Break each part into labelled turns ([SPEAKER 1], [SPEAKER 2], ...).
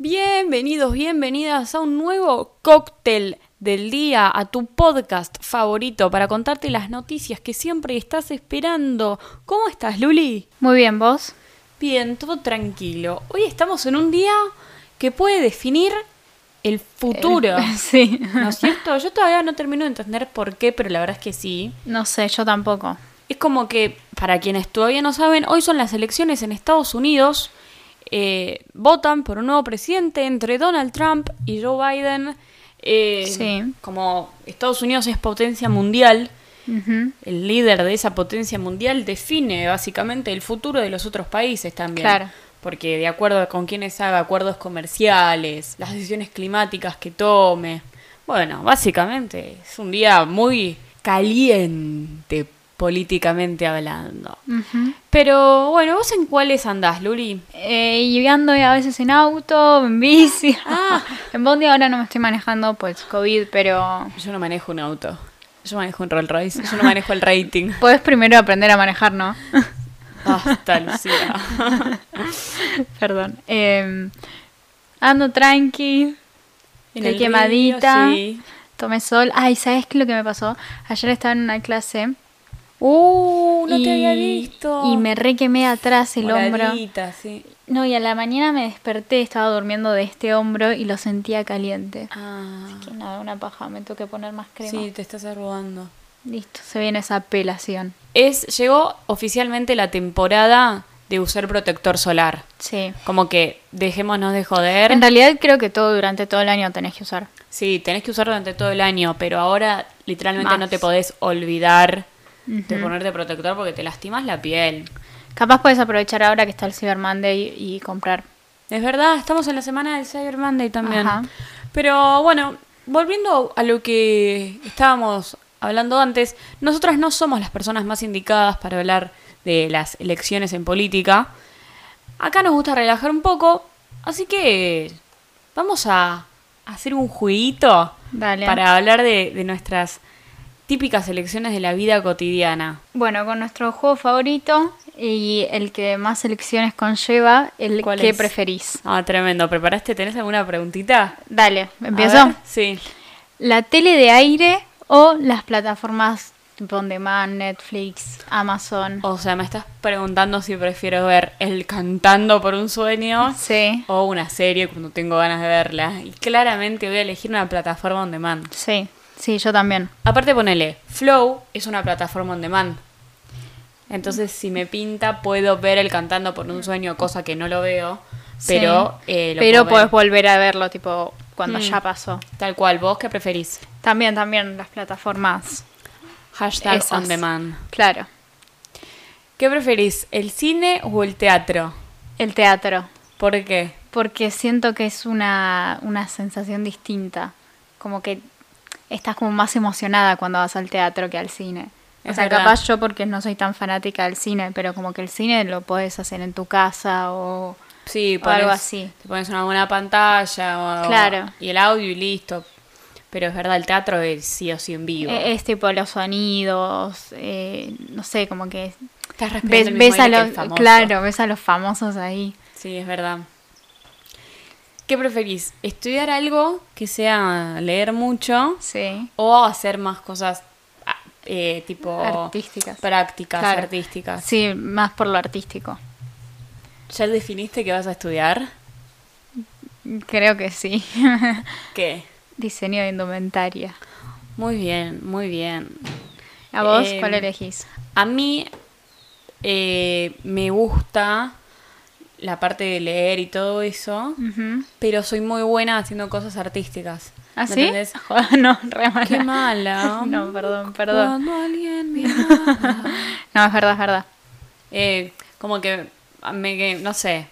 [SPEAKER 1] Bienvenidos, bienvenidas a un nuevo cóctel del día, a tu podcast favorito para contarte las noticias que siempre estás esperando. ¿Cómo estás, Luli?
[SPEAKER 2] Muy bien, vos.
[SPEAKER 1] Bien, todo tranquilo. Hoy estamos en un día que puede definir el futuro.
[SPEAKER 2] Sí.
[SPEAKER 1] ¿No es cierto? Yo todavía no termino de entender por qué, pero la verdad es que sí.
[SPEAKER 2] No sé, yo tampoco.
[SPEAKER 1] Es como que, para quienes todavía no saben, hoy son las elecciones en Estados Unidos. Eh, votan por un nuevo presidente entre Donald Trump y Joe Biden. Eh,
[SPEAKER 2] Sí.
[SPEAKER 1] Como Estados Unidos es potencia mundial,
[SPEAKER 2] Ujú.
[SPEAKER 1] el líder de esa potencia mundial define básicamente el futuro de los otros países también.
[SPEAKER 2] Claro.
[SPEAKER 1] Porque de acuerdo con quienes haga acuerdos comerciales, las decisiones climáticas que tome. Bueno, básicamente es un día muy caliente políticamente hablando.
[SPEAKER 2] Ujú.
[SPEAKER 1] Pero bueno, ¿vos en cuáles andás, Luli?
[SPEAKER 2] Eh, y ando a veces en auto, en bici.
[SPEAKER 1] Ah.
[SPEAKER 2] En Bondi ahora no me estoy manejando por el COVID, pero
[SPEAKER 1] Yo no manejo un auto. Yo manejo un Rolls Royce. Yo no manejo el rating.
[SPEAKER 2] podés primero aprender a manejar, ¿no?
[SPEAKER 1] Basta, Lucía.
[SPEAKER 2] Perdón. Eh, ando tranqui,
[SPEAKER 1] En
[SPEAKER 2] estoy
[SPEAKER 1] el
[SPEAKER 2] quemadita,
[SPEAKER 1] río, sí.
[SPEAKER 2] tomé sol. Ay, ¿sabes qué es lo que me pasó? Ayer estaba en una clase
[SPEAKER 1] Uh, no
[SPEAKER 2] y,
[SPEAKER 1] te había visto.
[SPEAKER 2] y me requemé atrás el hombro.
[SPEAKER 1] Moradita, sí.
[SPEAKER 2] No, y a la mañana me desperté, estaba durmiendo de este hombro y lo sentía caliente.
[SPEAKER 1] Ah,
[SPEAKER 2] Que nada, una paja, me tengo que poner más crema.
[SPEAKER 1] sí, te estás robando.
[SPEAKER 2] Listo, se viene esa apelación.
[SPEAKER 1] Es, llegó oficialmente la temporada de usar protector solar.
[SPEAKER 2] Sí.
[SPEAKER 1] Como que dejémonos de joder.
[SPEAKER 2] En realidad creo que todo durante todo el año tenés que usar.
[SPEAKER 1] Sí, tenés que usarlo durante todo el año, pero ahora literalmente
[SPEAKER 2] Más.
[SPEAKER 1] no te podés olvidar de
[SPEAKER 2] Ujú.
[SPEAKER 1] ponerte protector porque te lastimas la piel.
[SPEAKER 2] Capaz podés aprovechar ahora que está el Cyber Monday y, y comprar.
[SPEAKER 1] Es verdad, estamos en la semana del Cyber Monday también.
[SPEAKER 2] Ajá.
[SPEAKER 1] Pero bueno, volviendo a lo que estábamos hablando antes, nosotras no somos las personas más indicadas para hablar de las elecciones en política. Acá nos gusta relajar un poco, así que vamos a hacer un jueguito
[SPEAKER 2] Dale.
[SPEAKER 1] para hablar de, de nuestras típicas elecciones de la vida cotidiana.
[SPEAKER 2] Bueno, con nuestro juego favorito y el que más selecciones conlleva, el
[SPEAKER 1] ¿Cuál
[SPEAKER 2] que
[SPEAKER 1] es?
[SPEAKER 2] preferís.
[SPEAKER 1] Ah, tremendo. ¿Preparaste? ¿Tenés alguna preguntita?
[SPEAKER 2] Dale,
[SPEAKER 1] A
[SPEAKER 2] empiezo.
[SPEAKER 1] ver, Sí.
[SPEAKER 2] ¿La tele de aire o las plataformas tipo on demand, Netflix, Amazon?
[SPEAKER 1] O sea, me estás preguntando si prefiero ver el cantando por un sueño
[SPEAKER 2] Sí,
[SPEAKER 1] o una serie cuando tengo ganas de verla. Y claramente voy a elegir una plataforma on demand.
[SPEAKER 2] sí, sí, yo también.
[SPEAKER 1] Aparte ponele, Flow es una plataforma on demand. Entonces, si me pinta, puedo ver el cantando por un sueño, cosa que no lo veo, pero
[SPEAKER 2] Sí.
[SPEAKER 1] eh, lo
[SPEAKER 2] pero
[SPEAKER 1] puedo ver.
[SPEAKER 2] podés volver a verlo tipo cuando
[SPEAKER 1] Mm.
[SPEAKER 2] ya pasó.
[SPEAKER 1] Tal cual, ¿vos qué preferís?
[SPEAKER 2] También, también las plataformas.
[SPEAKER 1] Hashtag
[SPEAKER 2] Esas.
[SPEAKER 1] on demand.
[SPEAKER 2] Claro.
[SPEAKER 1] ¿Qué preferís, el cine o el teatro?
[SPEAKER 2] El teatro.
[SPEAKER 1] ¿Por qué?
[SPEAKER 2] Porque siento que es una, una sensación distinta. Como que estás como más emocionada cuando vas al teatro que al cine. O
[SPEAKER 1] Es
[SPEAKER 2] sea,
[SPEAKER 1] verdad.
[SPEAKER 2] capaz yo porque no soy tan fanática del cine, pero como que el cine lo podés hacer en tu casa o...
[SPEAKER 1] Sí,
[SPEAKER 2] O algo así.
[SPEAKER 1] Te pones una buena pantalla o-
[SPEAKER 2] Claro.
[SPEAKER 1] y el audio y listo. Pero es verdad, el teatro es sí o sí en vivo.
[SPEAKER 2] Eh, Es tipo los sonidos, eh, no sé, como que
[SPEAKER 1] Estás respirando
[SPEAKER 2] ves,
[SPEAKER 1] el mismo
[SPEAKER 2] ves a
[SPEAKER 1] aire que el
[SPEAKER 2] los
[SPEAKER 1] famoso.
[SPEAKER 2] claro, ves a los famosos ahí.
[SPEAKER 1] Sí, es verdad. ¿Qué preferís? ¿Estudiar algo que sea leer mucho
[SPEAKER 2] Sí.
[SPEAKER 1] o hacer más cosas ah, eh, tipo
[SPEAKER 2] Artísticas.
[SPEAKER 1] prácticas,
[SPEAKER 2] Claro.
[SPEAKER 1] artísticas?
[SPEAKER 2] Sí, más por lo artístico.
[SPEAKER 1] ¿Ya definiste que vas a estudiar?
[SPEAKER 2] Creo que sí.
[SPEAKER 1] ¿Qué?
[SPEAKER 2] Diseño de indumentaria.
[SPEAKER 1] Muy bien, muy bien.
[SPEAKER 2] ¿A vos
[SPEAKER 1] Em,
[SPEAKER 2] cuál elegís?
[SPEAKER 1] A mí eh, me gusta la parte de leer y todo eso,
[SPEAKER 2] Ujú.
[SPEAKER 1] pero soy muy buena haciendo cosas artísticas.
[SPEAKER 2] ¿Ah,
[SPEAKER 1] ¿Me
[SPEAKER 2] sí?
[SPEAKER 1] entendés?
[SPEAKER 2] no, re mala.
[SPEAKER 1] Qué mala.
[SPEAKER 2] No, perdón, perdón.
[SPEAKER 1] Cuando alguien me ama.
[SPEAKER 2] No, es verdad, es verdad.
[SPEAKER 1] Eh, como que, me, que- no sé.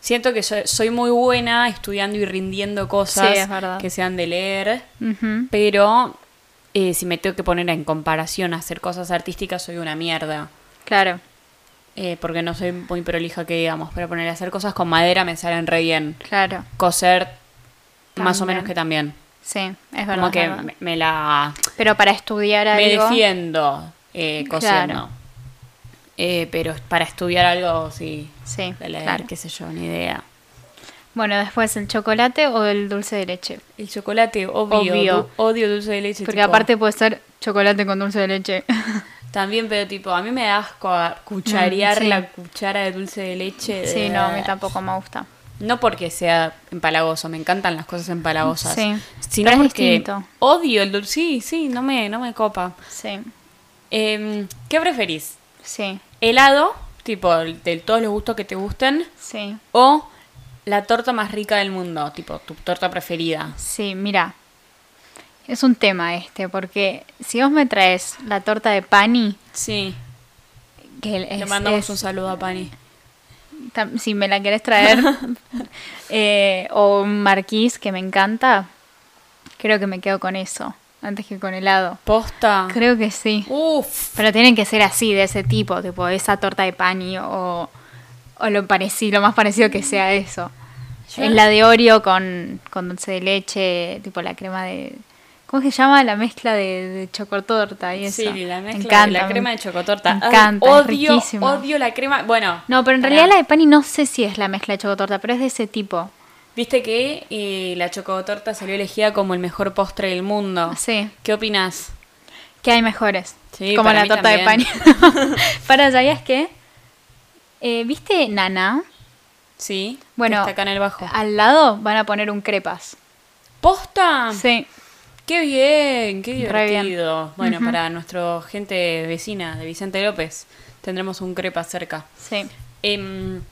[SPEAKER 1] Siento que so- soy muy buena estudiando y rindiendo cosas
[SPEAKER 2] Sí, es verdad.
[SPEAKER 1] que sean de leer,
[SPEAKER 2] Ujú.
[SPEAKER 1] pero eh, si me tengo que poner en comparación a hacer cosas artísticas, soy una mierda.
[SPEAKER 2] Claro,
[SPEAKER 1] Eh, porque no soy muy prolija que digamos, pero poner a hacer cosas con madera me salen re bien.
[SPEAKER 2] claro.
[SPEAKER 1] Coser, más o
[SPEAKER 2] También.
[SPEAKER 1] menos que también.
[SPEAKER 2] Sí, es verdad.
[SPEAKER 1] Como
[SPEAKER 2] es
[SPEAKER 1] que
[SPEAKER 2] verdad.
[SPEAKER 1] me, me la...
[SPEAKER 2] Pero para estudiar
[SPEAKER 1] Me
[SPEAKER 2] algo.
[SPEAKER 1] defiendo eh, cosiendo.
[SPEAKER 2] Claro.
[SPEAKER 1] Eh, pero para estudiar algo, sí.
[SPEAKER 2] Sí,
[SPEAKER 1] De leer,
[SPEAKER 2] claro.
[SPEAKER 1] qué sé yo, ni idea.
[SPEAKER 2] Bueno, después el chocolate o el dulce de leche.
[SPEAKER 1] El chocolate, obvio.
[SPEAKER 2] Obvio.
[SPEAKER 1] du- odio dulce de leche.
[SPEAKER 2] Porque
[SPEAKER 1] tipo,
[SPEAKER 2] aparte puede ser chocolate con dulce de leche.
[SPEAKER 1] También, pero tipo, a mí me da asco a cucharear
[SPEAKER 2] Mm, sí.
[SPEAKER 1] la cuchara de dulce de leche.
[SPEAKER 2] sí, no, a
[SPEAKER 1] Eh,
[SPEAKER 2] mí tampoco me gusta.
[SPEAKER 1] No porque sea empalagoso, me encantan las cosas empalagosas.
[SPEAKER 2] Sí,
[SPEAKER 1] Sino
[SPEAKER 2] pero es
[SPEAKER 1] porque
[SPEAKER 2] distinto.
[SPEAKER 1] odio el dulce. Sí, sí, no me, no me copa.
[SPEAKER 2] Sí,
[SPEAKER 1] Em, ¿Qué preferís?
[SPEAKER 2] sí,
[SPEAKER 1] ¿Helado, tipo, el- de todos los gustos que te gusten?
[SPEAKER 2] sí.
[SPEAKER 1] ¿O la torta más rica del mundo? Tipo, tu torta preferida.
[SPEAKER 2] Sí, mira. Es un tema este, porque si vos me traes la torta de pani,
[SPEAKER 1] Sí.
[SPEAKER 2] que es,
[SPEAKER 1] Le mandamos
[SPEAKER 2] es-
[SPEAKER 1] un saludo a Pani.
[SPEAKER 2] tam- si me la querés traer, eh, o un marquís que me encanta, creo que me quedo con eso, antes que con helado.
[SPEAKER 1] Posta.
[SPEAKER 2] Creo que sí.
[SPEAKER 1] Uf.
[SPEAKER 2] Pero tienen que ser así, de ese tipo, tipo esa torta de pani o, o lo parecido, lo más parecido que sea eso.
[SPEAKER 1] Yo-
[SPEAKER 2] Es la de Oreo con, con dulce de leche, tipo la crema de... ¿Cómo se llama? La mezcla de, de chocotorta y eso.
[SPEAKER 1] Sí, la
[SPEAKER 2] Me
[SPEAKER 1] mezcla de
[SPEAKER 2] encanta,
[SPEAKER 1] la
[SPEAKER 2] me-
[SPEAKER 1] crema de chocotorta.
[SPEAKER 2] Me
[SPEAKER 1] Ay,
[SPEAKER 2] encanta, es
[SPEAKER 1] odio,
[SPEAKER 2] riquísima.
[SPEAKER 1] odio la crema. Bueno,
[SPEAKER 2] No, pero en
[SPEAKER 1] pará.
[SPEAKER 2] realidad la de pani no sé si es la mezcla de chocotorta, pero es de ese tipo.
[SPEAKER 1] Viste que eh, la chocotorta salió elegida como el mejor postre del mundo.
[SPEAKER 2] Sí.
[SPEAKER 1] ¿Qué opinas?
[SPEAKER 2] Que hay mejores.
[SPEAKER 1] Sí,
[SPEAKER 2] como
[SPEAKER 1] para
[SPEAKER 2] la
[SPEAKER 1] mí
[SPEAKER 2] torta
[SPEAKER 1] también.
[SPEAKER 2] de pani. para, ¿sabías qué? Eh, ¿Viste Nana?
[SPEAKER 1] Sí.
[SPEAKER 2] Bueno,
[SPEAKER 1] Está acá en el bajo.
[SPEAKER 2] Al lado van a poner un crepas.
[SPEAKER 1] ¡Posta!
[SPEAKER 2] Sí.
[SPEAKER 1] ¡Qué bien! ¡Qué
[SPEAKER 2] Re bien.
[SPEAKER 1] divertido! Bueno, para nuestra gente vecina de Vicente López, tendremos un crepa cerca.
[SPEAKER 2] Sí.
[SPEAKER 1] Em,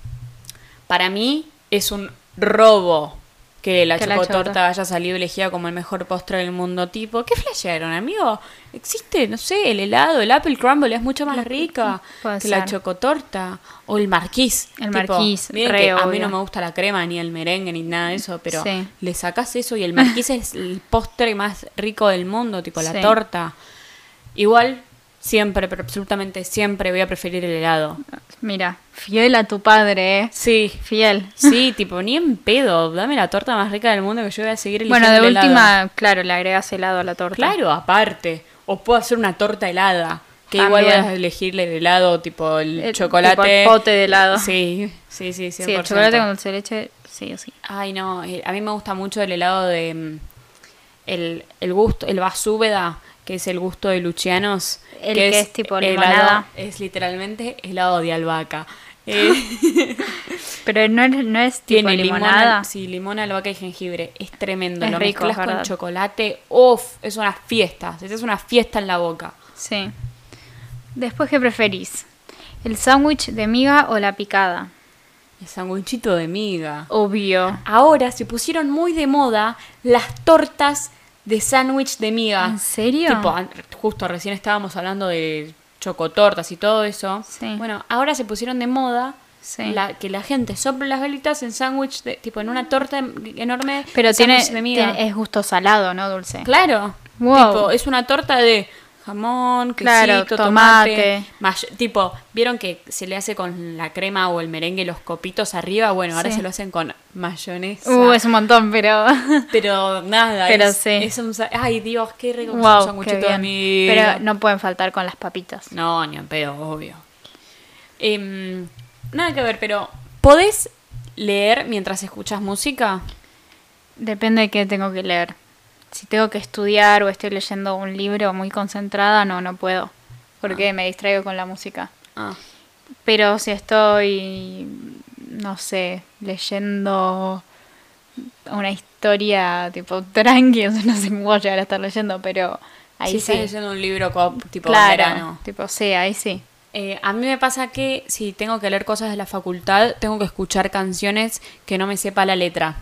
[SPEAKER 1] para mí es un robo que la
[SPEAKER 2] Que la
[SPEAKER 1] chocotorta
[SPEAKER 2] chocotorta.
[SPEAKER 1] haya salido elegida como el mejor postre del mundo. Tipo, ¿qué flashearon, amigo? Existe, no sé, el helado, el apple crumble es mucho más rica
[SPEAKER 2] puede
[SPEAKER 1] que la
[SPEAKER 2] ser.
[SPEAKER 1] chocotorta o el marquís.
[SPEAKER 2] El
[SPEAKER 1] Tipo,
[SPEAKER 2] marquís,
[SPEAKER 1] miren
[SPEAKER 2] re
[SPEAKER 1] que a mí
[SPEAKER 2] obvio.
[SPEAKER 1] no me gusta la crema ni el merengue ni nada de eso, pero
[SPEAKER 2] Sí.
[SPEAKER 1] le sacás eso y el marquís es el postre más rico del mundo, tipo la
[SPEAKER 2] Sí.
[SPEAKER 1] torta. Igual, siempre, pero absolutamente siempre voy a preferir el helado.
[SPEAKER 2] Mira, fiel a tu padre, ¿eh?
[SPEAKER 1] Sí.
[SPEAKER 2] Fiel.
[SPEAKER 1] Sí, tipo, ni en pedo. Dame la torta más rica del mundo que yo voy a seguir eligiendo
[SPEAKER 2] Bueno, de
[SPEAKER 1] el helado.
[SPEAKER 2] última, claro, le agregas helado a la torta.
[SPEAKER 1] Claro, aparte. O puedo hacer una torta helada. Que igual voy
[SPEAKER 2] También.
[SPEAKER 1] a elegirle el helado, tipo el,
[SPEAKER 2] El-
[SPEAKER 1] chocolate.
[SPEAKER 2] Ah, Eh, tipo el pote de helado.
[SPEAKER 1] Sí, sí, sí, 100%.
[SPEAKER 2] Sí, el chocolate con dulce de leche, sí o sí.
[SPEAKER 1] Ay, no. eh, A mí me gusta mucho el helado de... mm, El, el gusto, el basúbeda, que es el gusto de Lucianos.
[SPEAKER 2] El que es tipo limonada.
[SPEAKER 1] Es literalmente helado de albahaca. Eh,
[SPEAKER 2] Pero no es, no es tipo
[SPEAKER 1] Tiene
[SPEAKER 2] limonada.
[SPEAKER 1] limonada. sí, limón, albahaca y jengibre. Es tremendo.
[SPEAKER 2] Es
[SPEAKER 1] Lo
[SPEAKER 2] rico,
[SPEAKER 1] mezclas
[SPEAKER 2] es
[SPEAKER 1] con
[SPEAKER 2] verdad.
[SPEAKER 1] chocolate. Uf, es una fiesta. Es una fiesta en la boca.
[SPEAKER 2] Sí. Después, ¿qué preferís? ¿El sándwich de miga o la picada?
[SPEAKER 1] El sanguchito de miga.
[SPEAKER 2] Obvio.
[SPEAKER 1] Ahora se pusieron muy de moda las tortas de sándwich de miga.
[SPEAKER 2] ¿En serio?
[SPEAKER 1] Tipo, an- justo recién estábamos hablando de chocotortas y todo eso.
[SPEAKER 2] Sí.
[SPEAKER 1] Bueno, ahora se pusieron de moda
[SPEAKER 2] Sí.
[SPEAKER 1] la- que la gente sople las velitas en sándwich, de- tipo en una torta enorme.
[SPEAKER 2] Pero
[SPEAKER 1] de
[SPEAKER 2] tiene,
[SPEAKER 1] sándwich de miga.
[SPEAKER 2] tiene- es gusto salado, ¿no dulce?
[SPEAKER 1] Claro.
[SPEAKER 2] Wow.
[SPEAKER 1] Tipo, es una torta de jamón,
[SPEAKER 2] Claro,
[SPEAKER 1] quesito, tomate.
[SPEAKER 2] tomate.
[SPEAKER 1] may- tipo, vieron que se le hace con la crema o el merengue los copitos arriba. Bueno, ahora
[SPEAKER 2] Sí.
[SPEAKER 1] se lo hacen con mayonesa.
[SPEAKER 2] Uh, es un montón, pero...
[SPEAKER 1] Pero nada,
[SPEAKER 2] Pero
[SPEAKER 1] es,
[SPEAKER 2] sí.
[SPEAKER 1] es un sa- Ay, Dios, qué rico que es un
[SPEAKER 2] wow, qué
[SPEAKER 1] sanguchito de
[SPEAKER 2] bien.
[SPEAKER 1] miga.
[SPEAKER 2] Pero no pueden faltar con las papitas.
[SPEAKER 1] No, ni en pedo, obvio. Em, nada que ver, pero ¿podés leer mientras escuchas música?
[SPEAKER 2] Depende de qué tengo que leer. Si tengo que estudiar o estoy leyendo un libro muy concentrada, no, no puedo. Porque me distraigo con la música.
[SPEAKER 1] Ah,
[SPEAKER 2] Pero si estoy, no sé, leyendo una historia tipo tranqui, o sea, no sé cómo voy a llegar a estar leyendo, pero ahí
[SPEAKER 1] si
[SPEAKER 2] sí.
[SPEAKER 1] estás leyendo un libro co- tipo
[SPEAKER 2] claro,
[SPEAKER 1] verano.
[SPEAKER 2] tipo sí, ahí sí.
[SPEAKER 1] Eh, a mí me pasa que si tengo que leer cosas de la facultad, tengo que escuchar canciones que no me sepa la letra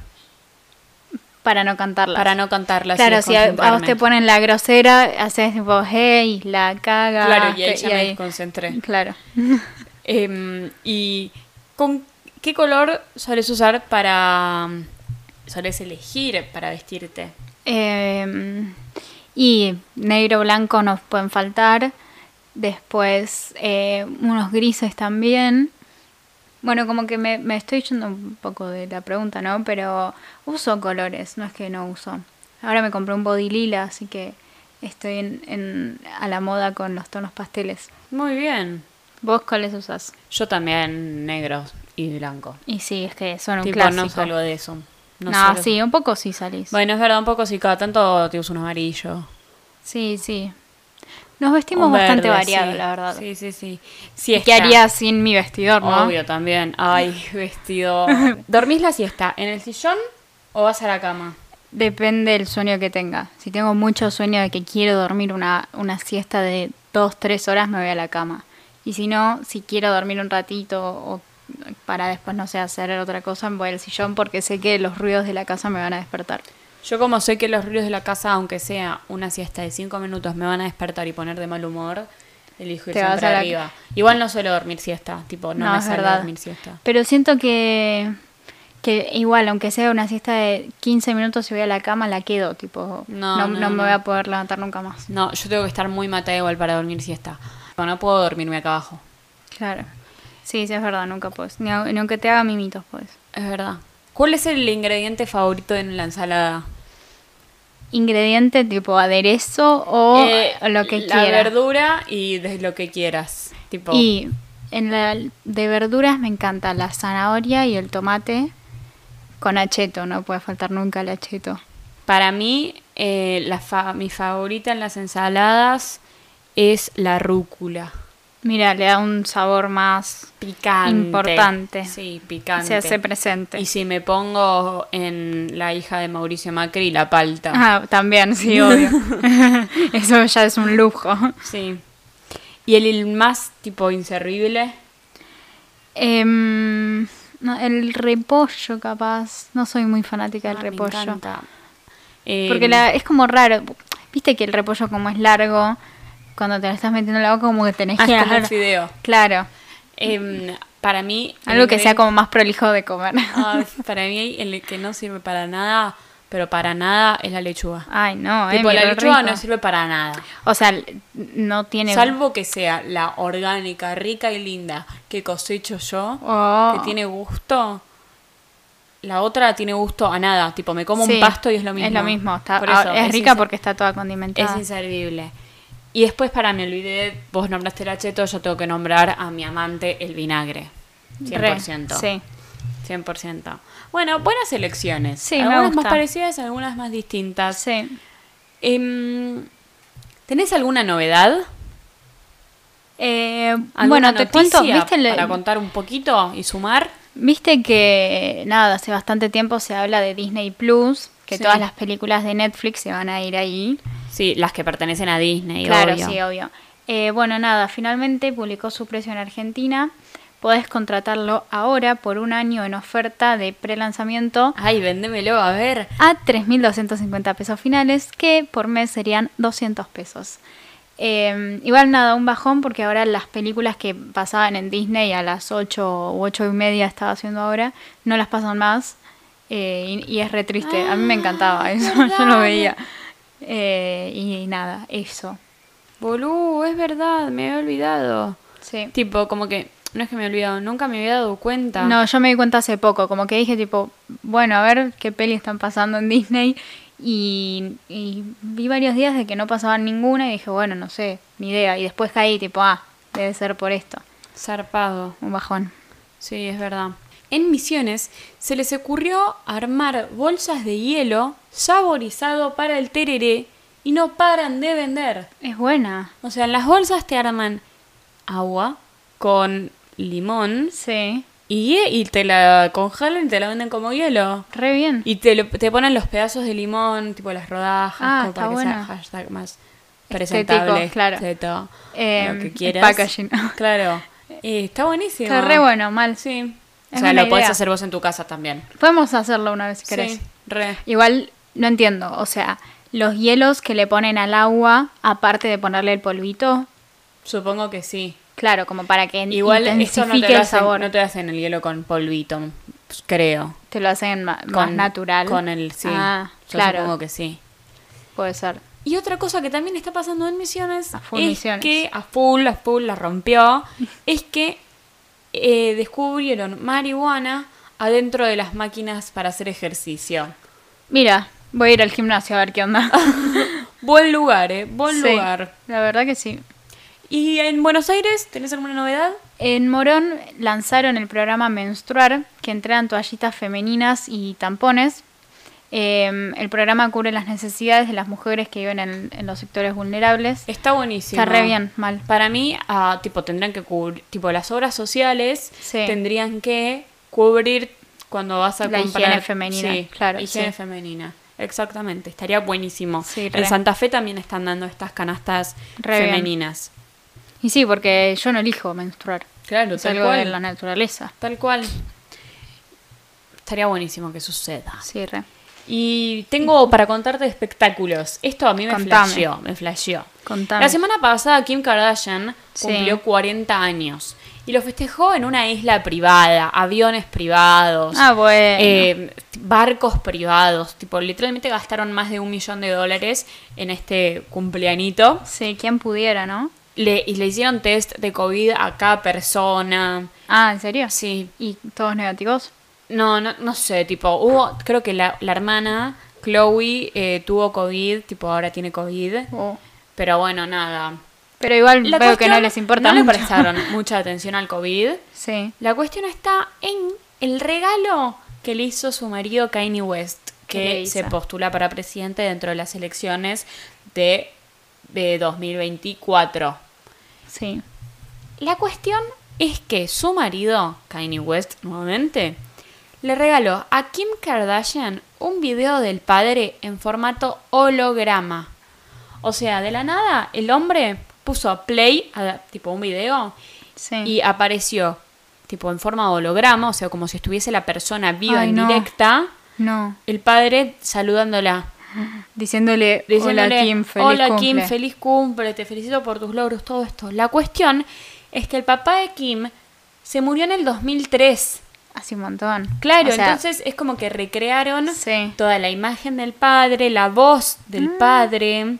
[SPEAKER 2] Para no cantarlas.
[SPEAKER 1] para no cantarlas. y
[SPEAKER 2] Claro, si a, a vos
[SPEAKER 1] desconcentrarme.
[SPEAKER 2] te ponen la grosera, haces tipo, hey, la caga.
[SPEAKER 1] Claro, y ahí ya me desconcentré.
[SPEAKER 2] Claro.
[SPEAKER 1] Em, ¿Y con qué color solés usar para... solés elegir para vestirte?
[SPEAKER 2] Eh, y negro, blanco nos pueden faltar. Después eh, unos grises también. Bueno, como que me, me estoy yendo un poco de la pregunta, ¿no? Pero uso colores, no es que no uso. Ahora me compré un body lila, así que estoy en- en- a la moda con los tonos pasteles.
[SPEAKER 1] Muy bien.
[SPEAKER 2] ¿Vos cuáles usas?
[SPEAKER 1] Yo también negros. y blanco.
[SPEAKER 2] Y sí, es que son un
[SPEAKER 1] tipo,
[SPEAKER 2] clásico.
[SPEAKER 1] no salgo de eso.
[SPEAKER 2] No,
[SPEAKER 1] salgo-
[SPEAKER 2] sí, un poco sí salís.
[SPEAKER 1] Bueno, es verdad, un poco si cada tanto te uso un amarillo.
[SPEAKER 2] Sí, sí. Nos vestimos
[SPEAKER 1] un
[SPEAKER 2] bastante
[SPEAKER 1] verde,
[SPEAKER 2] variado,
[SPEAKER 1] sí.
[SPEAKER 2] la verdad.
[SPEAKER 1] Sí, sí, sí.
[SPEAKER 2] ¿Y ¿Qué
[SPEAKER 1] Siesta.
[SPEAKER 2] haría sin mi vestidor, no?
[SPEAKER 1] Obvio también. Ay, vestido. ¿Dormís la siesta en el sillón o vas a la cama?
[SPEAKER 2] Depende del sueño que tenga. Si tengo mucho sueño de que quiero dormir una, una siesta de dos, tres horas, me voy a la cama. Y si no, si quiero dormir un ratito o para después, no sé, hacer otra cosa, me voy al sillón porque sé que los ruidos de la casa me van a despertar.
[SPEAKER 1] Yo como sé que los ruidos de la casa, aunque sea una siesta de 5 minutos, me van a despertar y poner de mal humor, elijo ir
[SPEAKER 2] Te vas
[SPEAKER 1] siempre
[SPEAKER 2] a la-
[SPEAKER 1] arriba. Igual no suelo dormir siesta, tipo, no, me
[SPEAKER 2] es
[SPEAKER 1] sale
[SPEAKER 2] verdad.
[SPEAKER 1] dormir siesta.
[SPEAKER 2] Pero siento que, que igual, aunque sea una siesta de 15 minutos, si voy a la cama, la quedo. Tipo,
[SPEAKER 1] No, no,
[SPEAKER 2] no, no,
[SPEAKER 1] no.
[SPEAKER 2] me voy a poder levantar nunca más.
[SPEAKER 1] No, yo tengo que estar muy matada igual para dormir siesta. No, no puedo dormirme acá abajo.
[SPEAKER 2] Claro. Sí, sí, es verdad, nunca puedes. Ni, au- ni aunque te haga mimitos, pues.
[SPEAKER 1] Es verdad. ¿Cuál es el ingrediente favorito en la ensalada?
[SPEAKER 2] ingrediente tipo aderezo o
[SPEAKER 1] Eh,
[SPEAKER 2] lo que
[SPEAKER 1] La
[SPEAKER 2] quiera.
[SPEAKER 1] verdura y de lo que quieras. Tipo,
[SPEAKER 2] Y en la de verduras me encanta la zanahoria y el tomate con acheto, no puede faltar nunca el acheto.
[SPEAKER 1] Para mí, eh, la fa- mi favorita en las ensaladas es la rúcula.
[SPEAKER 2] Mira, le da un sabor más
[SPEAKER 1] Picante.
[SPEAKER 2] Importante.
[SPEAKER 1] Sí, picante.
[SPEAKER 2] se hace presente.
[SPEAKER 1] Y si me pongo en la hija de Mauricio Macri, la palta.
[SPEAKER 2] Ah, también, sí, obvio. Eso ya es un lujo.
[SPEAKER 1] Sí. Y el, el más tipo inservible.
[SPEAKER 2] Em, no, el repollo, capaz. No soy muy fanática del
[SPEAKER 1] Ah, me
[SPEAKER 2] repollo.
[SPEAKER 1] encanta. Eh,
[SPEAKER 2] Porque la- es como raro. Viste que el repollo como es largo, cuando te lo estás metiendo en la boca como que tenés
[SPEAKER 1] Ah,
[SPEAKER 2] que...
[SPEAKER 1] es como un
[SPEAKER 2] agarrar-
[SPEAKER 1] fideo.
[SPEAKER 2] Claro.
[SPEAKER 1] em, para mí. el
[SPEAKER 2] Algo que sea
[SPEAKER 1] ingrediente-
[SPEAKER 2] como más prolijo de comer.
[SPEAKER 1] Ah, para mí, el que no sirve para nada, pero para nada, es la lechuga.
[SPEAKER 2] Ay, no, eh,
[SPEAKER 1] tipo, la
[SPEAKER 2] mira, qué
[SPEAKER 1] lechuga
[SPEAKER 2] rico.
[SPEAKER 1] no sirve para nada.
[SPEAKER 2] O sea, l- no tiene...
[SPEAKER 1] Salvo que sea la orgánica, rica y linda que cosecho yo,
[SPEAKER 2] Oh.
[SPEAKER 1] que tiene gusto. La otra tiene gusto a nada. Tipo, me como
[SPEAKER 2] Sí,
[SPEAKER 1] un pasto y es lo mismo.
[SPEAKER 2] Es lo mismo. está-
[SPEAKER 1] Por eso,
[SPEAKER 2] ahora- es, rica
[SPEAKER 1] inser-
[SPEAKER 2] porque está toda
[SPEAKER 1] Es
[SPEAKER 2] condimentada.
[SPEAKER 1] inservible. Y después, para me olvidé, vos nombraste el acheto, yo tengo que nombrar a mi amante el vinagre. 100%.
[SPEAKER 2] Re, sí.
[SPEAKER 1] 100%. Bueno, buenas elecciones.
[SPEAKER 2] Sí, me
[SPEAKER 1] algunas más
[SPEAKER 2] gusta.
[SPEAKER 1] parecidas, algunas más distintas.
[SPEAKER 2] Sí.
[SPEAKER 1] Em, ¿Tenés alguna novedad?
[SPEAKER 2] Eh,
[SPEAKER 1] ¿Alguna
[SPEAKER 2] bueno, te cuento,
[SPEAKER 1] noticia
[SPEAKER 2] ¿viste el-
[SPEAKER 1] para contar un poquito y sumar.
[SPEAKER 2] Viste que, nada, hace bastante tiempo se habla de Disney Plus, que
[SPEAKER 1] Sí.
[SPEAKER 2] todas las películas de Netflix se van a ir ahí.
[SPEAKER 1] Sí, las que pertenecen a Disney,
[SPEAKER 2] Claro,
[SPEAKER 1] obvio.
[SPEAKER 2] sí, obvio. Eh, bueno, nada, finalmente publicó su precio en Argentina. Podés contratarlo ahora por un año en oferta de prelanzamiento
[SPEAKER 1] Ay, vendémelo, a ver.
[SPEAKER 2] a 3.250 pesos finales, que por mes serían 200 pesos. Eh, igual nada, un bajón porque ahora las películas que pasaban en Disney a las 8 u 8 y media estaba haciendo ahora, no las pasan más eh, y, y es re triste. a mí me encantaba eso, yo lo
[SPEAKER 1] verdad.
[SPEAKER 2] veía. Eh, y nada, eso.
[SPEAKER 1] Bolú, es verdad, me había olvidado.
[SPEAKER 2] Sí.
[SPEAKER 1] Tipo, como que, no es que me he olvidado, nunca me había dado cuenta.
[SPEAKER 2] No, yo me di cuenta hace poco, como que dije tipo, bueno, a ver qué peli están pasando en Disney y, y vi varios días de que no pasaban ninguna y dije, bueno, no sé, ni idea. Y después caí tipo, ah, debe ser por esto,
[SPEAKER 1] Zarpado.
[SPEAKER 2] un bajón.
[SPEAKER 1] Sí, es verdad. En Misiones se les ocurrió armar bolsas de hielo saborizado para el tereré y no paran de vender.
[SPEAKER 2] Es buena.
[SPEAKER 1] O sea, en las bolsas te arman agua con limón
[SPEAKER 2] Sí,
[SPEAKER 1] y, hie- y te la congelan y te la venden como hielo.
[SPEAKER 2] re bien.
[SPEAKER 1] Y te, lo- te ponen los pedazos de limón, tipo las rodajas,
[SPEAKER 2] Ah,
[SPEAKER 1] como para
[SPEAKER 2] está
[SPEAKER 1] que sea
[SPEAKER 2] bueno.
[SPEAKER 1] hashtag más
[SPEAKER 2] Estético,
[SPEAKER 1] presentable.
[SPEAKER 2] claro.
[SPEAKER 1] esteto,
[SPEAKER 2] Eh,
[SPEAKER 1] lo que
[SPEAKER 2] el
[SPEAKER 1] quieras.
[SPEAKER 2] packaging.
[SPEAKER 1] Claro. Eh, está buenísimo.
[SPEAKER 2] Está re bueno, mal.
[SPEAKER 1] Sí.
[SPEAKER 2] Es
[SPEAKER 1] o sea,
[SPEAKER 2] buena
[SPEAKER 1] lo podés
[SPEAKER 2] idea.
[SPEAKER 1] hacer vos en tu casa también.
[SPEAKER 2] Podemos hacerlo una vez si querés.
[SPEAKER 1] Sí, re.
[SPEAKER 2] Igual no entiendo, o sea, los hielos que le ponen al agua, aparte de ponerle el polvito,
[SPEAKER 1] Supongo que sí.
[SPEAKER 2] claro, como para que
[SPEAKER 1] Igual esto no te,
[SPEAKER 2] intensifique
[SPEAKER 1] lo
[SPEAKER 2] el
[SPEAKER 1] hacen,
[SPEAKER 2] sabor.
[SPEAKER 1] no te hacen el hielo con polvito, creo.
[SPEAKER 2] Te lo hacen ma- más
[SPEAKER 1] Con-
[SPEAKER 2] natural.
[SPEAKER 1] Con el, sí.
[SPEAKER 2] Ah,
[SPEAKER 1] Yo
[SPEAKER 2] claro.
[SPEAKER 1] supongo que sí.
[SPEAKER 2] Puede ser.
[SPEAKER 1] Y otra cosa que también está pasando en Misiones
[SPEAKER 2] A full
[SPEAKER 1] es
[SPEAKER 2] Misiones.
[SPEAKER 1] que a full, a full la rompió, es que eh, descubrieron marihuana adentro de las máquinas para hacer ejercicio.
[SPEAKER 2] Mira, voy a ir al gimnasio a ver qué onda.
[SPEAKER 1] Buen lugar, eh, buen
[SPEAKER 2] Sí,
[SPEAKER 1] lugar.
[SPEAKER 2] La verdad que sí.
[SPEAKER 1] ¿Y en Buenos Aires tenés alguna novedad?
[SPEAKER 2] En Morón lanzaron el programa Menstruar, que entregan toallitas femeninas y tampones. Eh, el programa cubre las necesidades de las mujeres que viven en, en los sectores vulnerables.
[SPEAKER 1] Está buenísimo.
[SPEAKER 2] Está re bien, mal.
[SPEAKER 1] Para mí, ah, tipo, tendrán que cubrir, tipo, las obras sociales
[SPEAKER 2] Sí.
[SPEAKER 1] tendrían que cubrir cuando vas a
[SPEAKER 2] La
[SPEAKER 1] comprar.
[SPEAKER 2] higiene femenina,
[SPEAKER 1] Sí,
[SPEAKER 2] claro,
[SPEAKER 1] Higiene
[SPEAKER 2] sí.
[SPEAKER 1] femenina. Exactamente, estaría buenísimo.
[SPEAKER 2] Sí, re.
[SPEAKER 1] en Santa Fe también están dando estas canastas
[SPEAKER 2] Re bien.
[SPEAKER 1] femeninas.
[SPEAKER 2] Y sí, porque yo no elijo menstruar.
[SPEAKER 1] Claro,
[SPEAKER 2] es
[SPEAKER 1] tal
[SPEAKER 2] algo de
[SPEAKER 1] cual.
[SPEAKER 2] la naturaleza.
[SPEAKER 1] Tal cual. Estaría buenísimo que suceda.
[SPEAKER 2] Sí, re.
[SPEAKER 1] Y tengo para contarte espectáculos. Esto a mí me
[SPEAKER 2] Mm. Contame.
[SPEAKER 1] flasheó, me flasheó.
[SPEAKER 2] Contame.
[SPEAKER 1] La semana pasada Kim Kardashian
[SPEAKER 2] Sí.
[SPEAKER 1] cumplió 40 años y lo festejó en una isla privada, aviones privados,
[SPEAKER 2] Ah, bueno.
[SPEAKER 1] eh, barcos privados. Tipo, literalmente gastaron más de un millón de dólares en este cumpleañito.
[SPEAKER 2] Sí, quien pudiera, ¿no?
[SPEAKER 1] Le, y le hicieron test de COVID a cada persona.
[SPEAKER 2] Ah, ¿en serio?
[SPEAKER 1] Sí,
[SPEAKER 2] ¿Y todos negativos?
[SPEAKER 1] No, no, no sé, tipo, hubo, creo que la, la hermana, Chloe, eh, tuvo COVID, tipo, ahora tiene COVID,
[SPEAKER 2] Oh.
[SPEAKER 1] pero bueno, nada.
[SPEAKER 2] Pero igual
[SPEAKER 1] La
[SPEAKER 2] veo que
[SPEAKER 1] cuestión-
[SPEAKER 2] no les importa
[SPEAKER 1] No le
[SPEAKER 2] mucho.
[SPEAKER 1] prestaron mucha atención al COVID.
[SPEAKER 2] sí.
[SPEAKER 1] La cuestión está en el regalo que le hizo su marido Kanye West,
[SPEAKER 2] ¿Qué le
[SPEAKER 1] que se
[SPEAKER 2] hizo?
[SPEAKER 1] postula para presidente dentro de las elecciones de, de 2024.
[SPEAKER 2] Sí.
[SPEAKER 1] La cuestión es que su marido, Kanye West nuevamente, le regaló a Kim Kardashian un video del padre en formato holograma. O sea, de la nada, el hombre puso a play, a- tipo un video,
[SPEAKER 2] Sí.
[SPEAKER 1] y apareció, tipo en forma holograma, o sea, como si estuviese la persona viva
[SPEAKER 2] Ay,
[SPEAKER 1] en
[SPEAKER 2] no.
[SPEAKER 1] directa,
[SPEAKER 2] No.
[SPEAKER 1] el padre saludándola.
[SPEAKER 2] Diciéndole,
[SPEAKER 1] Diciéndole,
[SPEAKER 2] hola Kim, feliz
[SPEAKER 1] "Hola,
[SPEAKER 2] cumple".
[SPEAKER 1] Kim, feliz cumple, te felicito por tus logros, todo esto. La cuestión es que el papá de Kim se murió en el 2003.
[SPEAKER 2] Hace un montón.
[SPEAKER 1] Claro,
[SPEAKER 2] O sea,
[SPEAKER 1] entonces es como que recrearon
[SPEAKER 2] Sí. Mm.
[SPEAKER 1] toda la imagen del padre, la voz del padre.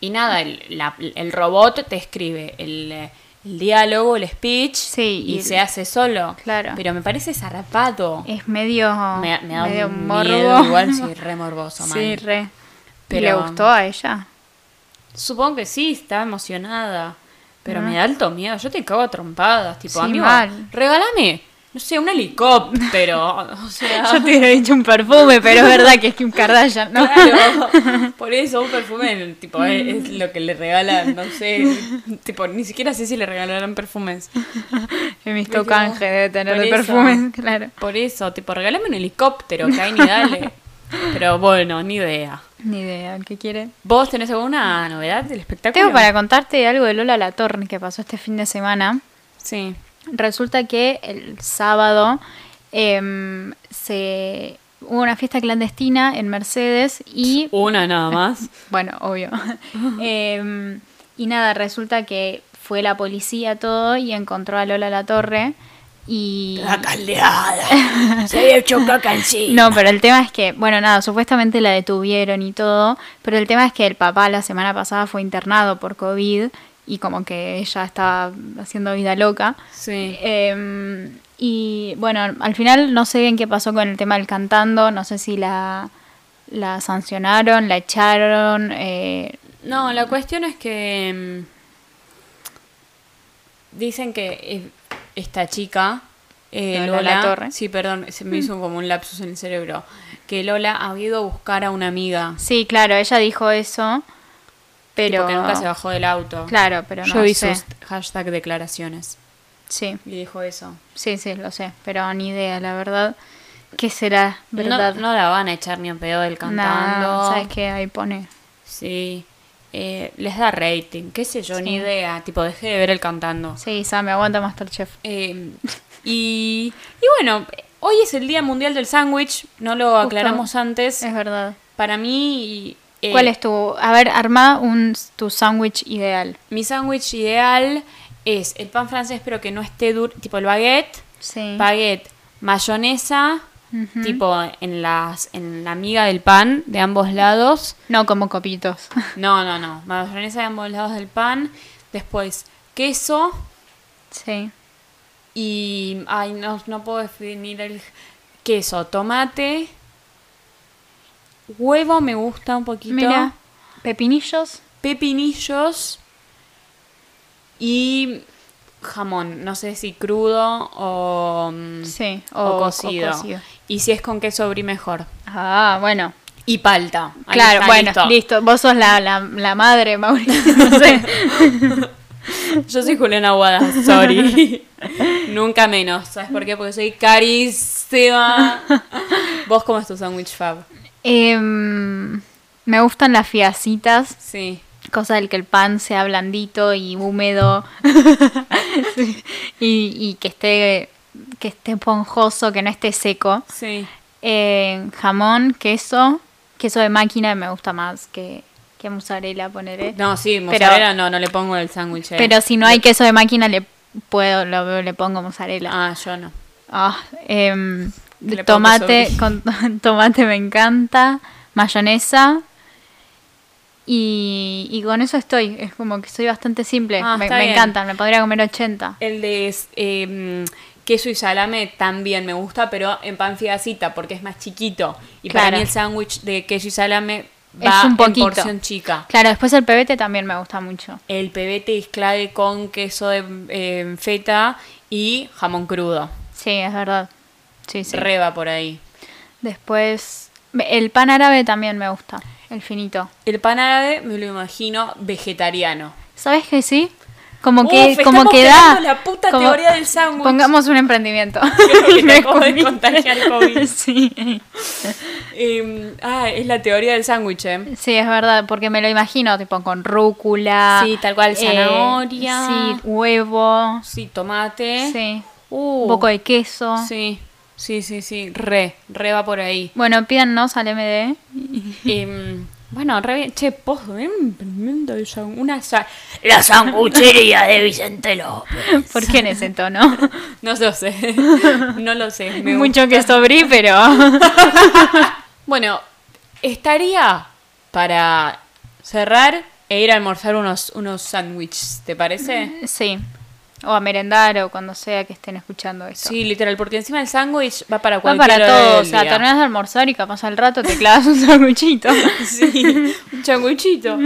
[SPEAKER 1] Y nada, el, la- el robot te escribe el, eh, el diálogo, el speech,
[SPEAKER 2] Sí,
[SPEAKER 1] y,
[SPEAKER 2] y-
[SPEAKER 1] se hace solo.
[SPEAKER 2] Claro.
[SPEAKER 1] Pero me parece zarapado.
[SPEAKER 2] Es medio.
[SPEAKER 1] me, me da
[SPEAKER 2] medio
[SPEAKER 1] un
[SPEAKER 2] morbo.
[SPEAKER 1] miedo, igual sí, re morboso, mal.
[SPEAKER 2] Sí, re.
[SPEAKER 1] Pero-
[SPEAKER 2] ¿Y le gustó a ella?
[SPEAKER 1] Supongo que sí, estaba emocionada. Pero
[SPEAKER 2] Ah.
[SPEAKER 1] me da alto miedo. Yo te cago a trompadas. Tipo,
[SPEAKER 2] Sí,
[SPEAKER 1] amigo,
[SPEAKER 2] mal.
[SPEAKER 1] regálame, no sé, un helicóptero. O sea,
[SPEAKER 2] Yo te hubiera dicho un perfume, pero es verdad que es Kim Kardashian, ¿no? Mm.
[SPEAKER 1] claro. Por eso, un perfume, tipo, es, es lo que le regalan, no sé. Tipo, ni siquiera sé si le regalarán perfumes.
[SPEAKER 2] He
[SPEAKER 1] Tipo,
[SPEAKER 2] visto canje debe tener
[SPEAKER 1] por
[SPEAKER 2] de
[SPEAKER 1] eso.
[SPEAKER 2] perfumes, claro.
[SPEAKER 1] Por eso, tipo, regálame un helicóptero, Kain y dale. Pero bueno, ni idea.
[SPEAKER 2] Ni idea, ¿qué quiere?
[SPEAKER 1] ¿Vos tenés alguna novedad del espectáculo?
[SPEAKER 2] Tengo para contarte algo de Lola Latorre que pasó este fin de semana.
[SPEAKER 1] Sí.
[SPEAKER 2] Resulta que el sábado em, se hubo una fiesta clandestina en Mercedes y
[SPEAKER 1] Una nada más.
[SPEAKER 2] bueno, obvio. Em, y nada, resulta que fue la policía todo y encontró a Lola La Torre y
[SPEAKER 1] caldeada. Se había hecho caca sí.
[SPEAKER 2] no, pero el tema es que, bueno, nada, supuestamente la detuvieron y todo, pero el tema es que el papá la semana pasada fue internado por COVID y como que ella estaba haciendo vida loca.
[SPEAKER 1] Sí.
[SPEAKER 2] Eh, y bueno, al final no sé bien qué pasó con el tema del cantando, no sé si la, la sancionaron, la echaron. eh,
[SPEAKER 1] No, la cuestión es que mm, dicen que eh, esta chica, eh,
[SPEAKER 2] Lola Mm.
[SPEAKER 1] Lola,
[SPEAKER 2] Latorre.
[SPEAKER 1] sí, perdón, se me hizo como un lapsus en el cerebro, que Lola había ido a buscar a una amiga,
[SPEAKER 2] Sí, claro, ella dijo eso, pero...
[SPEAKER 1] porque nunca se bajó del auto.
[SPEAKER 2] Claro, pero no
[SPEAKER 1] Yo vi
[SPEAKER 2] sé.
[SPEAKER 1] sus hashtag declaraciones
[SPEAKER 2] Sí,
[SPEAKER 1] y dijo eso.
[SPEAKER 2] sí, sí, lo sé, pero ni idea, la verdad. ¿Qué será
[SPEAKER 1] No,
[SPEAKER 2] verdad?
[SPEAKER 1] no la van a echar ni un pedo del cantando.
[SPEAKER 2] Nah, ¿Sabes qué? Ahí pone.
[SPEAKER 1] Sí. Eh, les da rating, qué sé yo,
[SPEAKER 2] Sí.
[SPEAKER 1] ni idea. Tipo, dejé de ver el cantando.
[SPEAKER 2] Sí, Sam, aguanta Masterchef.
[SPEAKER 1] Eh, y, y bueno, hoy es el Día Mundial del Sándwich, no lo aclaramos antes.
[SPEAKER 2] Es verdad.
[SPEAKER 1] Para mí... eh,
[SPEAKER 2] ¿Cuál es tu...? A ver, arma un, tu sándwich ideal.
[SPEAKER 1] Mi sándwich ideal es el pan francés, pero que no esté duro, tipo el baguette,
[SPEAKER 2] Sí.
[SPEAKER 1] baguette, mayonesa,
[SPEAKER 2] Mm. Ujú.
[SPEAKER 1] tipo en, las, en la miga del pan de ambos lados.
[SPEAKER 2] No como copitos.
[SPEAKER 1] No, no, no, mayonesa de ambos lados del pan. Después queso
[SPEAKER 2] Sí.
[SPEAKER 1] y... Ay, no, no puedo definir el queso, tomate. Huevo me gusta un poquito.
[SPEAKER 2] Mira, pepinillos.
[SPEAKER 1] Pepinillos. Y jamón, no sé si crudo o, mm,
[SPEAKER 2] Sí,
[SPEAKER 1] o
[SPEAKER 2] o- o
[SPEAKER 1] cocido.
[SPEAKER 2] cocido.
[SPEAKER 1] Y si es con queso brie mejor.
[SPEAKER 2] Ah, bueno.
[SPEAKER 1] Y palta. Ahí
[SPEAKER 2] claro,
[SPEAKER 1] está,
[SPEAKER 2] bueno, listo. Vos sos la, la, la madre, Mauricio. No sé.
[SPEAKER 1] Yo soy Juliana Aguada, sorry. Nunca menos. ¿Sabes por qué? Porque soy carísima. ¿Vos cómo es tu sándwich fab?
[SPEAKER 2] Em, me gustan las fiacitas.
[SPEAKER 1] Sí.
[SPEAKER 2] cosa del que el pan sea blandito y húmedo Sí. y, y que esté que esté esponjoso, que no esté seco.
[SPEAKER 1] Sí.
[SPEAKER 2] Eh, jamón, queso, queso de máquina me gusta más que, que mozzarella, poneré.
[SPEAKER 1] No, sí,
[SPEAKER 2] Pero-
[SPEAKER 1] mozzarella no, no le pongo el sándwich. eh.
[SPEAKER 2] Pero si no hay queso de máquina le puedo, lo- le pongo mozzarella.
[SPEAKER 1] Ah, yo no.
[SPEAKER 2] Ah, em,
[SPEAKER 1] Que le pongo
[SPEAKER 2] tomate,
[SPEAKER 1] queso
[SPEAKER 2] con tomate me encanta, mayonesa. Y, y con eso estoy, es como que soy bastante simple,
[SPEAKER 1] Ah,
[SPEAKER 2] me,
[SPEAKER 1] está
[SPEAKER 2] me
[SPEAKER 1] bien.
[SPEAKER 2] encantan, me podría comer 80.
[SPEAKER 1] El de eh, mm, queso y salame también me gusta, pero en pan fidacita porque es más chiquito. Y para
[SPEAKER 2] Claro.
[SPEAKER 1] mí el sándwich de queso y salame va
[SPEAKER 2] es un poquito.
[SPEAKER 1] en porción chica.
[SPEAKER 2] Claro, después el pebete también me gusta mucho.
[SPEAKER 1] El pebete es clave con queso de eh, feta y jamón crudo.
[SPEAKER 2] Sí, es verdad. Sí, sí.
[SPEAKER 1] Reba por ahí.
[SPEAKER 2] Después, el pan árabe también me gusta, el finito.
[SPEAKER 1] El pan árabe me lo imagino vegetariano.
[SPEAKER 2] ¿Sabes que sí? Como
[SPEAKER 1] Uf,
[SPEAKER 2] que, como
[SPEAKER 1] estamos
[SPEAKER 2] que da.
[SPEAKER 1] creando la puta teoría del sándwich.
[SPEAKER 2] Pongamos un emprendimiento.
[SPEAKER 1] Creo que te
[SPEAKER 2] Me
[SPEAKER 1] acabo de
[SPEAKER 2] comí.
[SPEAKER 1] contagiar COVID.
[SPEAKER 2] Sí.
[SPEAKER 1] Eh, ah, es la teoría del sándwich, ¿eh?
[SPEAKER 2] Sí, es verdad, porque me lo imagino, tipo con rúcula. eh,
[SPEAKER 1] Sí, tal cual, zanahoria.
[SPEAKER 2] Sí, huevo.
[SPEAKER 1] Sí, tomate.
[SPEAKER 2] Sí.
[SPEAKER 1] Uh,
[SPEAKER 2] Un poco de queso.
[SPEAKER 1] Sí, sí, sí, sí. Re, re va por ahí.
[SPEAKER 2] Bueno, pídanos al MD.
[SPEAKER 1] Em, bueno, re bien. Che, pozo, ¿eh? un emprendimiento de sang- una sa- La sanguchería de Vicente López.
[SPEAKER 2] ¿Por qué en ese tono?
[SPEAKER 1] No lo sé. No lo sé. me gusta.
[SPEAKER 2] Mucho que sobrí, pero.
[SPEAKER 1] Bueno, estaría para cerrar e ir a almorzar unos, unos sándwiches, ¿te parece?
[SPEAKER 2] sí. O a merendar o cuando sea que estén escuchando esto.
[SPEAKER 1] Sí, literal, porque encima el sándwich va para
[SPEAKER 2] Va
[SPEAKER 1] cualquier
[SPEAKER 2] para
[SPEAKER 1] hora
[SPEAKER 2] todo.
[SPEAKER 1] del
[SPEAKER 2] O sea,
[SPEAKER 1] día.
[SPEAKER 2] terminas de almorzar y capaz al rato te clavas un sanguchito.
[SPEAKER 1] Sí, un sanguchito.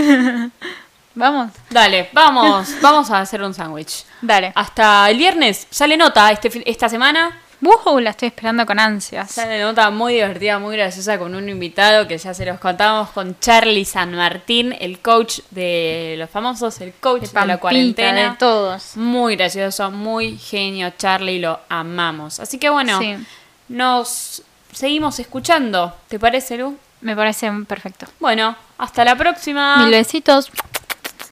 [SPEAKER 2] Vamos.
[SPEAKER 1] Dale, vamos, vamos a hacer un sándwich.
[SPEAKER 2] Dale.
[SPEAKER 1] Hasta el viernes. Sale nota este, fin- esta semana.
[SPEAKER 2] Bujo, la estoy esperando con ansias.
[SPEAKER 1] Sale nota muy divertida, muy graciosa con un invitado que ya se los contábamos con Charlie San Martín, el coach de los famosos, el coach de, la
[SPEAKER 2] Pampita,
[SPEAKER 1] cuarentena.
[SPEAKER 2] De todos.
[SPEAKER 1] Muy gracioso, muy genio, Charlie, lo amamos. Así que bueno,
[SPEAKER 2] Sí.
[SPEAKER 1] nos seguimos escuchando. ¿Te parece, Lu?
[SPEAKER 2] Me parece perfecto.
[SPEAKER 1] Bueno, hasta la próxima.
[SPEAKER 2] Mil besitos.